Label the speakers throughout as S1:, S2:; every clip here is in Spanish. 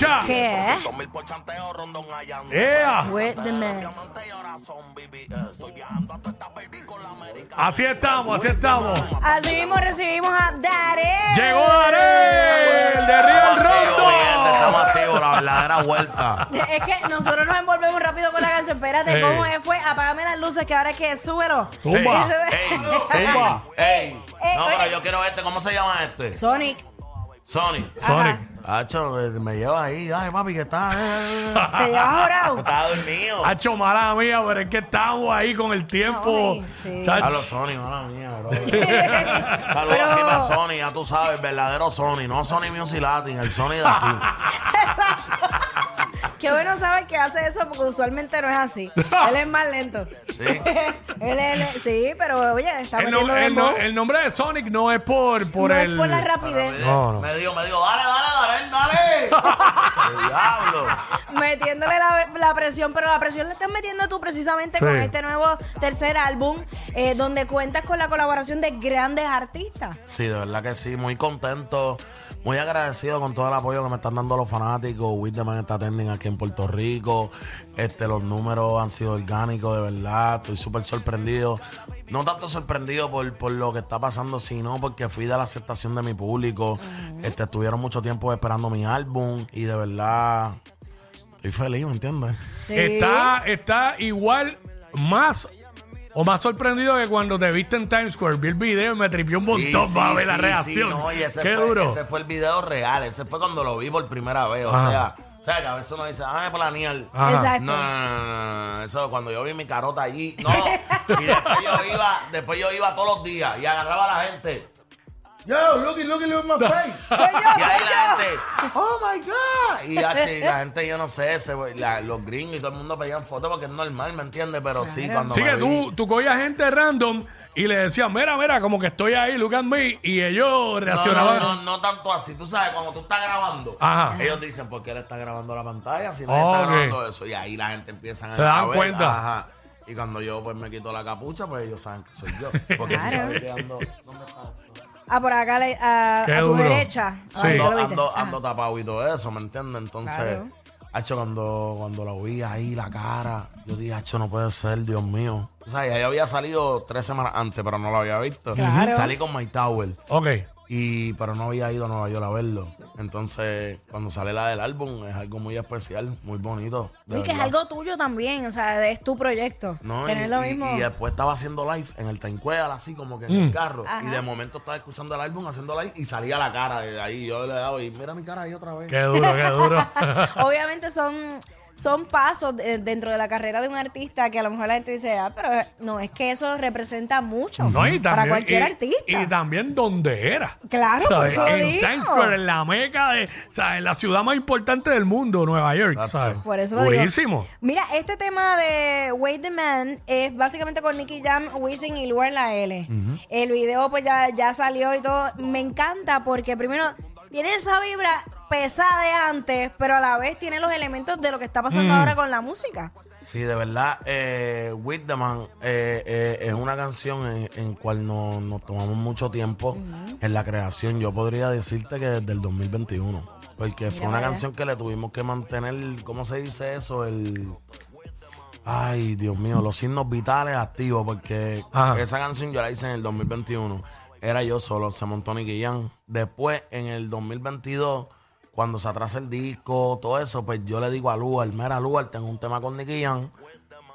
S1: Ya.
S2: ¿Qué?
S3: Tomil por chanteo, rondón hallando.
S1: ¡Ea!
S2: With the man.
S3: Diamante y ahora son baby. Eh, Estoy viajando a toda esta baby con la América.
S1: Así estamos, así estamos.
S2: Así mismo recibimos a Daré.
S1: Llegó Ariel de Río
S3: Estamos activos, mi gente, Estamos
S1: Rondo.
S3: activos, la verdadera vuelta.
S2: Es que nosotros nos envolvemos rápido con la canción. Espérate,
S1: Sí.
S2: ¿cómo es? fue? Apágame las luces que ahora es que súbelo.
S1: Zumba.
S3: Ey,
S1: Zumba.
S3: ey.
S2: Eh,
S3: No, pero
S2: oye.
S3: yo quiero este. ¿Cómo se llama este?
S2: Sonic,
S3: Sony.
S1: Sonic.
S3: Hacho, eh, me lleva ahí. Ay, papi, que está. eh, eh.
S2: te llevas orado.
S3: Estaba dormido.
S1: Ha hecho mala mía, pero es que estamos ahí con el tiempo.
S2: Ay, sí.
S1: Chacho.
S3: A los Sony, mala mía, bro. Saludos aquí para Sony, ya tú sabes, verdadero Sony, no Sony Music Latin, el Sony de aquí.
S2: Exacto. Qué bueno saber que hace eso porque usualmente no es así. Él es más lento.
S3: Sí.
S2: Él, él- sí, pero oye, está
S1: el, nom-
S2: metiendo
S1: el
S2: dembow.
S1: nom- el nombre de Sonic no es por, por
S2: No
S1: el.
S2: es por la rapidez.
S1: No, no.
S3: Eh, Me dijo, me dijo, dale, dale, dale, dale. El diablo.
S2: metiéndole la, la presión, pero la presión la estás metiendo tú precisamente
S1: Sí.
S2: con este nuevo tercer álbum, eh, donde cuentas con la colaboración de grandes artistas.
S3: Sí, de verdad que sí, muy contento, muy agradecido con todo el apoyo que me están dando los fanáticos. Whitman está trending aquí en Puerto Rico. Este, los números han sido orgánicos, de verdad. Estoy súper sorprendido. No tanto sorprendido por, por lo que está pasando, sino porque fui de la aceptación de mi público. Este, estuvieron mucho tiempo esperando mi álbum y de verdad estoy feliz, ¿me entiendes?
S2: Sí.
S1: Está, está igual, más o más sorprendido que cuando te viste en Times Square. Vi el video y me tripió un montón
S3: Sí,
S1: para
S3: sí,
S1: ver la
S3: sí,
S1: reacción.
S3: sí, no, y ese
S1: Qué
S3: fue,
S1: duro.
S3: Ese fue el video real, ese fue cuando lo vi por primera vez. O
S1: Ajá.
S3: sea, o sea, que a veces uno dice, ah, planear.
S1: Ajá.
S2: Exacto.
S3: No, no, no, no, no, eso cuando yo vi mi carota allí, no. Y después yo iba, después yo iba todos los días y agarraba a la gente. Yo, looky, looky, look at my face.
S2: Soy yo,
S3: Y ahí
S2: soy
S3: la
S2: yo.
S3: gente, oh my God. Y así, la gente, yo no sé, se- la- los gringos y todo el mundo pedían fotos porque es normal, ¿me entiendes? Pero sí, cuando.
S1: Así
S3: me
S1: que
S3: vi-
S1: tú, tú cogías gente random y le decías, mira, mira, como que estoy ahí, look at me. Y ellos
S3: No,
S1: reaccionaban.
S3: No, no, no tanto así. Tú sabes, cuando tú estás grabando,
S1: Ajá.
S3: ellos dicen, ¿por qué él está grabando la pantalla? Si nadie está
S1: Ok.
S3: grabando eso. Y ahí la gente empieza a
S1: Se dan
S3: a ver,
S1: cuenta.
S3: Ajá. Y cuando yo pues me quito la capucha, pues ellos saben que soy yo. Porque
S2: Claro.
S3: yo estoy quedando- ¿dónde está esto?
S2: Ah, por acá, le- a,
S1: Qué
S2: a tu
S1: duro.
S2: derecha.
S1: Sí.
S2: Ahí, ¿lo
S3: Ando,
S2: viste? Ah.
S3: ando,
S2: Ajá.
S3: ando tapado y todo eso, ¿me entiendes? Entonces,
S2: Claro.
S3: hacho, cuando, cuando lo vi ahí, la cara, yo dije, hacho, no puede ser, Dios mío. O sea, ya yo había salido tres semanas antes, pero no lo había visto.
S2: Claro.
S3: Salí con My Tower.
S1: Ok.
S3: y pero no había ido a Nueva York a verlo. Entonces, cuando sale la del álbum, es algo muy especial, muy bonito. de
S2: Y que es
S3: verdad.
S2: algo tuyo también, o sea, es tu proyecto.
S3: No, y,
S2: Tener lo
S3: y-
S2: mismo.
S3: y después estaba haciendo live en el Tanqueal, así como que en el carro. Y de momento estaba escuchando el álbum, haciendo live, y salía la cara de ahí. Yo le daba, y mira mi cara ahí otra vez.
S1: Qué duro, qué duro.
S2: Obviamente son, son pasos de- dentro de la carrera de un artista que a lo mejor la gente dice, ah, pero no, es que eso representa mucho
S1: No, y
S2: para
S1: también-
S2: cualquier
S1: y-
S2: artista.
S1: Y también donde era.
S2: Claro, por
S1: ¿Sabes?
S2: eso lo
S1: en
S2: digo.
S1: Times Square, en la meca de, o sea, en la ciudad más importante del mundo, Nueva York,
S3: Exacto.
S1: ¿sabes?
S2: Por eso lo
S1: Durísimo.
S2: digo. Mira, este tema de Wait the Man es básicamente con Nicky Jam, Wisin y Luar la L. El video pues ya, ya salió y todo. Me encanta porque primero tiene esa vibra pesada de antes, pero a la vez tiene los elementos de lo que está pasando
S1: Mm.
S2: ahora con la música.
S3: Sí, de verdad, eh, With the Man eh, eh, es una canción en, en cual no- nos tomamos mucho tiempo en la creación. Yo podría decirte que desde el 2021, porque fue
S2: Mira,
S3: una
S2: vaya.
S3: canción que le tuvimos que mantener, ¿cómo se dice eso? El... Ay, Dios mío, los signos vitales activos, porque
S1: Ajá.
S3: esa canción yo la hice en el 2021. Era yo solo, se montó Nicky Guillán. Después, en el 2022, cuando se atrasa el disco, todo eso, pues yo le digo a Lugar, mira, Lugar, tengo un tema con Nicky Guillán.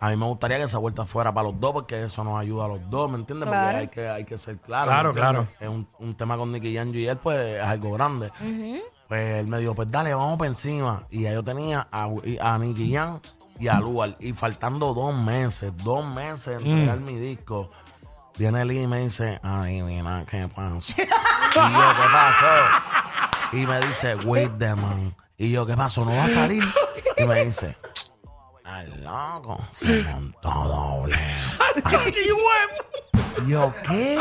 S3: A mí me gustaría que esa vuelta fuera para los dos, porque eso nos ayuda a los dos, ¿me entiendes?
S2: Claro.
S3: Porque hay que, hay que ser claros.
S1: Claro,
S3: ¿me entiendes? Es un, un tema con Nicky Jam y él, pues es algo grande. Pues él me dijo, pues dale, vamos para encima. Y ya yo tenía a, y- a Nicky Jam y a Lugar. Y faltando dos meses, dos meses
S1: Mm.
S3: de entregar mi disco, viene Lee y me dice, adivina qué pasó. y yo, ¿qué pasó? Y me dice, wait the man. Y yo, ¿qué pasó? ¿No va a salir? Y me dice, al loco, se montó doble.
S1: Y bueno,
S3: Yo, ¿qué?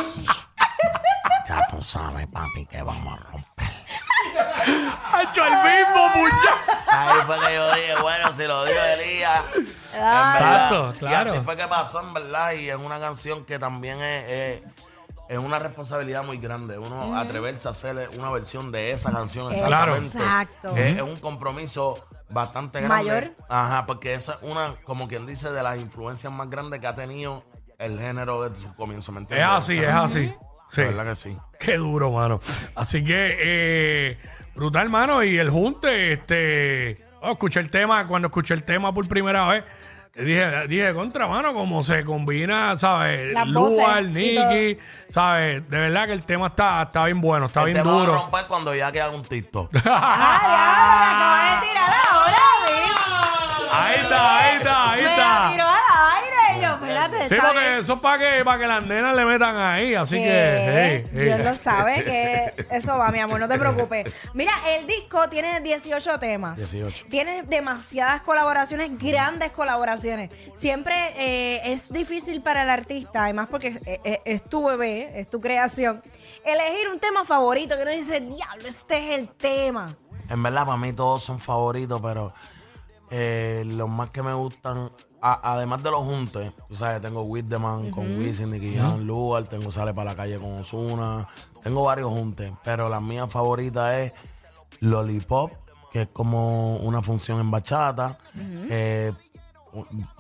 S3: Ya tú sabes, papi, que vamos a romper.
S1: ha hecho el mismo, puñal.
S3: Ahí fue que yo dije, bueno, si lo dijo Elías. en verdad.
S1: Exacto, claro.
S3: Y así fue que pasó, en verdad. Y es una canción que también es, es- es una responsabilidad muy grande. Uno atreverse a hacer una versión de esa canción
S2: Claro.
S3: exactamente.
S2: Exacto.
S3: Es, es un compromiso bastante grande.
S2: Mayor.
S3: Ajá, porque esa es una, como quien dice, de las influencias más grandes que ha tenido el género desde su comienzo. ¿me
S1: Es
S3: entiendes?
S1: así, es
S3: Esa
S1: así. Sí.
S3: canción. La verdad que sí.
S1: Qué duro, mano. Así que, eh, brutal, mano. Y el junte, este. oh, escuché el tema, cuando escuché el tema por primera vez, dije, dije contra, mano, como se combina, ¿sabes?
S2: Las
S1: Luar,
S2: voces y
S1: Nicky, ¿sabes? De verdad que el tema está, está bien bueno, está
S3: El
S1: bien
S3: tema va Este a
S1: duro.
S3: romper cuando ya que haga un TikTok.
S2: ¡Ah, ya! ¡Me acabas de tirar ahora, mismo!
S1: Ahí está, ahí está, ahí
S2: ¡Me la tiró
S1: está.
S2: al aire! Y yo, espérate,
S1: Sí,
S2: está
S1: porque
S2: bien.
S1: eso es para que, para que las nenas le metan ahí, así que.
S2: Eh,
S1: hey, hey.
S2: Dios lo sabe que eso va, mi amor, no te preocupes. Mira, el disco tiene 18 temas.
S3: 18.
S2: Tiene demasiadas colaboraciones, grandes colaboraciones. Siempre eh, es difícil para el artista, además porque es, es- es tu bebé, es tu creación, elegir un tema favorito que uno dice, diablo, este es el tema.
S3: En verdad, para mí todos son favoritos, pero eh, los más que me gustan, a- además de los juntes, tú sabes, tengo With the Man con Wisin, Nicky Jam, Lugar, tengo Sale para la calle con Osuna, tengo varios juntes, pero la mía favorita es Lollipop, que es como una función en bachata. Eh,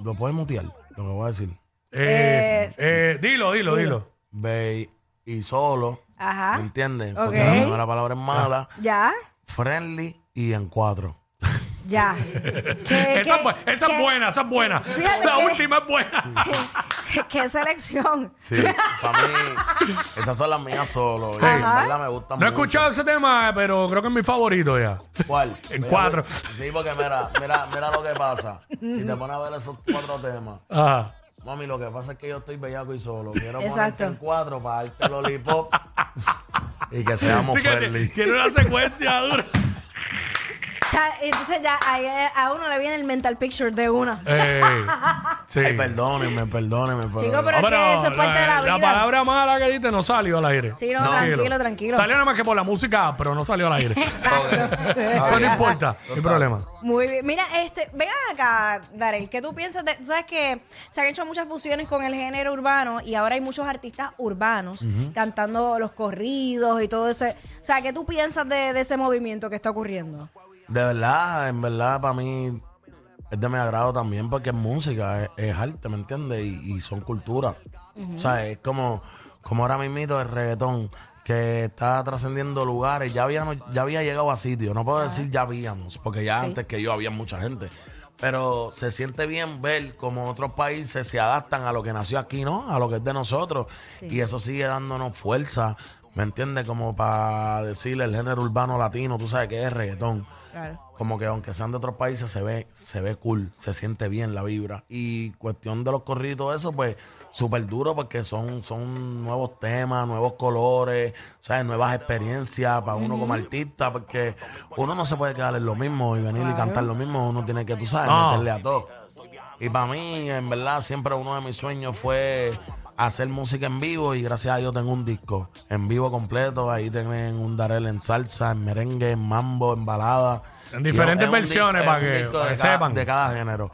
S3: ¿Lo puedes mutear? Lo que voy a decir.
S1: Eh, eh, dilo, dilo, dilo.
S3: Ve y solo, ¿me
S2: Ajá.
S3: ¿entiendes?
S2: Ok.
S3: Porque la primera palabra es mala,
S2: ¿Ya?
S3: friendly y en cuatro.
S2: Ya. Eh,
S1: Esa,
S2: ¿Qué- qué-
S1: es bu- esa es
S2: qué-
S1: buena, esa es buena.
S2: Fíjate
S1: La
S2: que-
S1: última es buena.
S2: ¿Qué selección?
S3: Sí, para mí, esas son las mías solo. Y en
S2: Ajá.
S3: verdad me gustan
S1: No he
S3: mucho.
S1: escuchado ese tema, eh, pero creo que es mi favorito ya.
S3: ¿Cuál?
S1: En
S3: Mira,
S1: cuatro.
S3: Sí, porque mira, mira, mira lo que pasa. Si te pones a ver esos cuatro temas,
S1: Ajá.
S3: mami, lo que pasa es que yo estoy bellaco y solo. Quiero
S2: Exacto.
S3: ponerte en cuatro para darte lollipop y que seamos
S1: Sí que
S3: friendly.
S1: t- tiene una secuencia dura.
S2: Cha- entonces ya ahí, eh, a uno le viene el mental picture de una.
S1: Ey, sí.
S3: Ay, perdónenme, perdónenme. Pero,
S2: Chico, pero-
S1: No,
S2: es que eso es parte de la vida.
S1: palabra mala que diste no salió al aire.
S2: Sí, no, tranquilo, tranquilo.
S1: Salió nada más que por la música, pero no salió al aire.
S2: Exacto.
S1: Pero no importa, no hay problema.
S2: Muy bien. Mira, este, vengan acá, Darel, ¿qué tú piensas? De, tú sabes que se han hecho muchas fusiones con el género urbano y ahora hay muchos artistas urbanos cantando los corridos y todo ese. O sea, ¿qué tú piensas de, de ese movimiento que está ocurriendo?
S3: De verdad, en verdad, para mí es de mi agrado también porque es música, es, es arte, ¿me entiendes? Y, y son cultura. O sea, es como, como ahora mismito el reggaetón que está trascendiendo lugares. Ya, habíamos, ya había llegado a sitios. No puedo decir ya habíamos, porque ya antes que yo había mucha gente. Pero se siente bien ver como otros países se adaptan a lo que nació aquí, ¿no? A lo que es de nosotros. Y eso sigue dándonos fuerza, ¿me entiendes? Como para decirle el género urbano latino, tú sabes que es reggaetón
S2: Claro.
S3: como que aunque sean de otros países se ve se ve cool, se siente bien la vibra y cuestión de los corridos y todo eso pues súper duro porque son son nuevos temas, nuevos colores, sabes, nuevas experiencias para uno como artista porque uno no se puede quedar en lo mismo y venir y cantar lo mismo, uno tiene que tú sabes
S1: No.
S3: meterle a todo. Y para mí en verdad siempre uno de mis sueños fue hacer música en vivo y gracias a Dios tengo un disco en vivo completo, ahí tienen un Darel en salsa, en merengue, en mambo, en balada.
S1: En diferentes
S3: Es un
S1: versiones
S3: disco-
S1: para
S3: es un
S1: que-
S3: disco
S1: para
S3: de
S1: que
S3: cada-
S1: sepan.
S3: De cada género.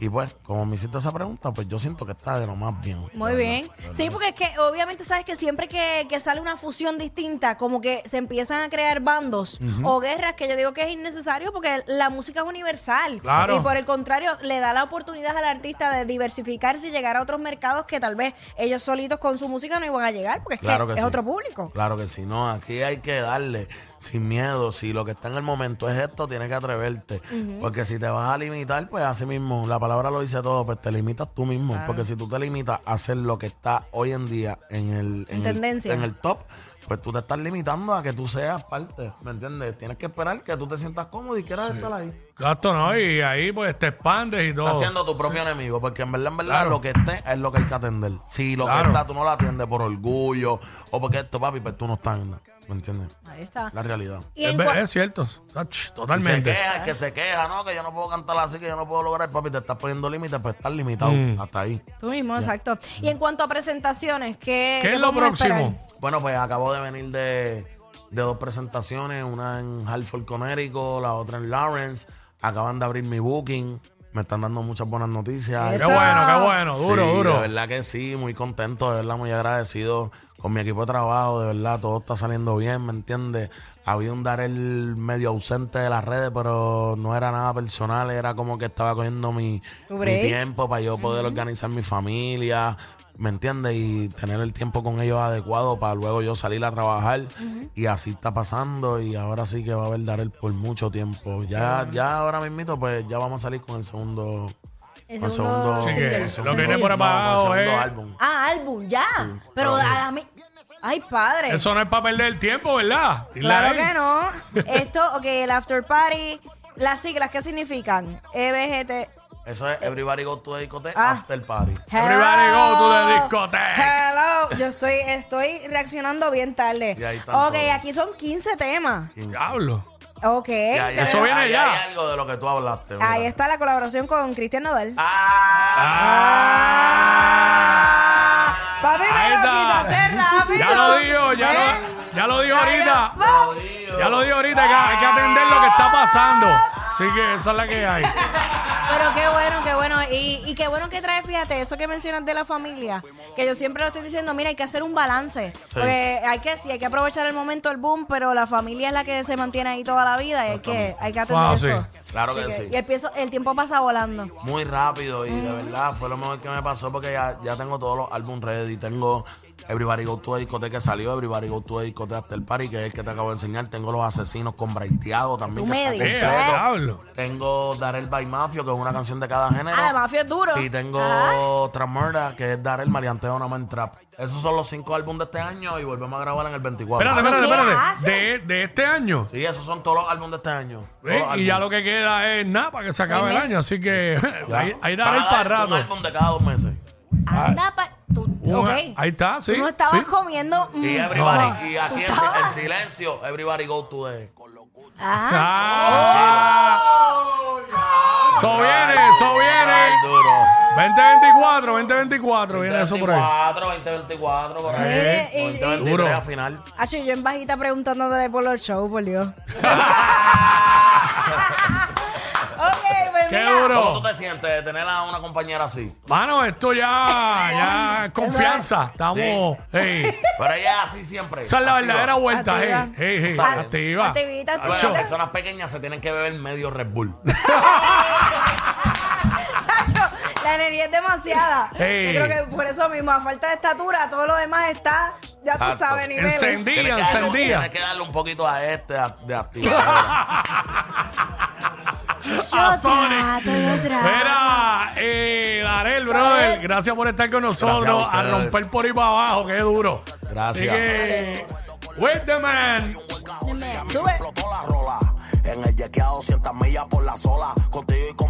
S3: Y pues, como me hiciste esa pregunta, pues yo siento que está de lo más bien.
S2: Muy
S3: De
S2: bien.
S3: verdad, de verdad.
S2: Sí, porque es que obviamente sabes que siempre que, que sale una fusión distinta, como que se empiezan a crear bandos o guerras, que yo digo que es innecesario porque la música es universal.
S1: Claro.
S2: Y por el contrario, le da la oportunidad al artista de diversificarse y llegar a otros mercados que tal vez ellos solitos con su música no iban a llegar, porque es, que
S3: Claro que
S2: es
S3: sí.
S2: otro público.
S3: Claro que sí, no, aquí hay que darle sin miedo. Si lo que está en el momento es esto, tienes que atreverte. Porque si te vas a limitar, pues así mismo, la palabra lo dice todo, pues te limitas tú mismo. Porque si tú te limitas a hacer lo que está hoy en día en el,
S2: En
S3: el-
S2: tendencia.
S3: en el top, pues tú te estás limitando a que tú seas parte, ¿me entiendes? Tienes que esperar que tú te sientas cómodo y quieras estar ahí.
S1: Gasto, ¿no? Y ahí pues te expandes y todo.
S3: haciendo tu propio enemigo, porque en verdad, en verdad,
S1: Claro.
S3: lo que esté es lo que hay que atender. Si lo
S1: Claro.
S3: que está tú no lo atiendes por orgullo o porque esto, papi, pues tú no estás en nada. ¿Me entiendes?
S2: Ahí está.
S3: La realidad.
S2: Y
S1: Es,
S2: en
S1: ve-
S2: cua-
S1: es cierto, Sach,
S3: Y se
S1: totalmente.
S3: queja, el que se queja, ¿no? Que yo no puedo cantar así, que yo no puedo lograr, papi, te estás poniendo límites, pues estás limitado
S1: Mm.
S3: hasta ahí.
S2: Tú mismo, exacto. Y en cuanto a presentaciones, ¿qué,
S1: ¿Qué es lo
S2: podemos Este esperar?
S1: próximo?
S3: Bueno, pues acabo de venir de, de dos presentaciones, una en Hartford, Connecticut, la otra en Lawrence. Acaban de abrir mi booking. Me están dando muchas buenas noticias.
S1: Qué
S2: Eso.
S1: bueno, qué bueno, duro,
S3: Sí, De
S1: duro.
S3: verdad que sí, muy contento, de verdad, muy agradecido con mi equipo de trabajo, de verdad, todo está saliendo bien, ¿me entiendes? Había un dar el medio ausente de las redes, pero no era nada personal, era como que estaba cogiendo mi,
S2: Tu
S3: mi
S2: break.
S3: tiempo para yo poder organizar mi familia, ¿me entiendes? Y tener el tiempo con ellos adecuado para luego yo salir a trabajar. Y así está pasando y ahora sí que va a haber dar el por mucho tiempo. Ya, ya ahora mismito, pues ya vamos a salir con el segundo...
S2: El
S3: con
S2: segundo
S1: Así
S2: single.
S1: que
S2: Sencillo.
S1: lo eh. que viene por
S3: no, con el
S1: abajo
S3: segundo
S1: es...
S3: álbum.
S2: Ah, álbum, ya. pero a la mi- Ay, padre.
S1: Eso no es para perder el tiempo, ¿verdad? Dile
S2: Claro
S1: ahí.
S2: que no. Esto, ok, el after party, las siglas, ¿qué significan? E EBGT.
S3: Eso es Everybody Go to the Discotheque
S2: Ah.
S3: After Party.
S1: Everybody go to the
S2: Hello.
S1: discotheque.
S2: Hello. Yo estoy, estoy reaccionando bien tarde.
S3: Y ahí están
S2: Ok,
S3: todos.
S2: aquí son 15 temas.
S1: Diablo.
S2: Ok.
S3: ahí-
S1: Eso viene
S3: ahí
S1: ya.
S3: Hay algo de lo que tú hablaste. mira.
S2: Ahí está la colaboración con Cristian Nodal.
S3: Ah.
S2: Papi, me
S1: Ahí
S2: lo
S1: está.
S2: quitaste rápido.
S1: Ya lo dijo, ya
S2: ¿Eh?
S1: lo, ya lo dijo
S2: Ay,
S1: ahorita.
S2: no, pa-
S1: Ya lo dijo ahorita, que hay que atender lo que está pasando. Así que esa es la que hay.
S2: Pero qué bueno, qué bueno. Y, y qué bueno que trae, fíjate, eso que mencionas de la familia. Que yo siempre lo estoy diciendo, mira, hay que hacer un balance. Porque hay que, sí, hay que aprovechar el momento, el boom, pero la familia es la que se mantiene ahí toda la vida y hay que, hay que atender
S1: Ah, sí.
S2: eso.
S3: Claro
S2: Así
S3: que sí.
S2: Y el, piezo- el tiempo pasa volando.
S3: Muy rápido y de verdad fue lo mejor que me pasó porque ya, ya tengo todos los álbumes ready. Tengo Everybody Go to the Discotheque que salió, Everybody Go to the Discotheque After Party, que es el que te acabo de enseñar. Tengo Los Asesinos con Braiteado también.
S2: Tú
S3: que
S2: me
S1: Eh,
S3: está
S2: dices.
S3: completo.
S1: diablo.
S3: Tengo Darel by Mafio, que es una canción de cada género.
S2: Ah, la mafia es duro.
S3: Y tengo
S2: Ajá.
S3: otra murder que es dar el maleanteo una man trap. Esos son los cinco álbumes de este año y volvemos a grabar en el 24.
S1: Espérate,
S2: ¿Pero
S1: espérate,
S2: qué
S1: espérate. De,
S2: haces?
S1: de este año.
S3: Sí, esos son todos los álbumes de este año.
S1: ¿eh? Y ya lo que queda es nada para que se acabe el
S2: meses.
S1: año. Así que ahí, ahí daré el
S3: Un
S1: parrato.
S3: álbum de cada dos meses.
S2: Anda pa... Tú,
S1: Un-
S2: ok.
S1: Ah. Uh, Ahí está, sí.
S2: Tú no estabas
S1: sí.
S2: comiendo... mm,
S3: Y everybody,
S2: no.
S3: y aquí
S2: Tú
S3: el,
S2: estabas-
S3: el silencio, everybody go to the.
S2: Ah,
S1: Ah,
S2: Oh,
S1: eso viene, eso viene. 2024, 2024, viene eso por ahí.
S3: 24, 2024, por ahí.
S2: Mire, y- y-
S3: 2023
S1: Duro.
S3: al final.
S2: Acho, yo en bajita preguntándote por los shows, por Dios. ok, pues
S1: Qué
S2: mira.
S1: duro.
S3: ¿Cómo tú te sientes de tener a una compañera así?
S1: Mano, esto ya, ya es confianza. Estamos. hey.
S3: Pero ella así siempre.
S1: Esa es la
S3: activa.
S1: verdadera vuelta.
S2: Activa.
S1: Hey, hey, hey,
S3: Está bien.
S1: activa.
S2: Activita,
S3: Bueno,
S2: Acho.
S3: las personas pequeñas se tienen que beber medio Red Bull.
S2: Chacho, la energía es demasiada.
S1: Ey.
S2: Yo creo que por eso mismo, a falta de estatura, todo lo demás está, ya tú
S3: Exacto.
S2: sabes, niveles.
S1: Encendí.
S3: Tienes que darle un-
S1: encendida.
S3: tienes que darle un poquito a este a- de activador.
S1: A
S2: Yo
S1: Sonic.
S2: trato, yo trato.
S1: Mira, eh, Darel, brother, gracias por estar con nosotros.
S3: Gracias a
S1: A,
S3: ustedes.
S1: romper por ahí para abajo, qué duro. Así
S3: Gracias.
S1: que, with the man.
S2: Sube.
S4: explotó la rola. En el yequeado, cientas millas por la sola. Contigo y con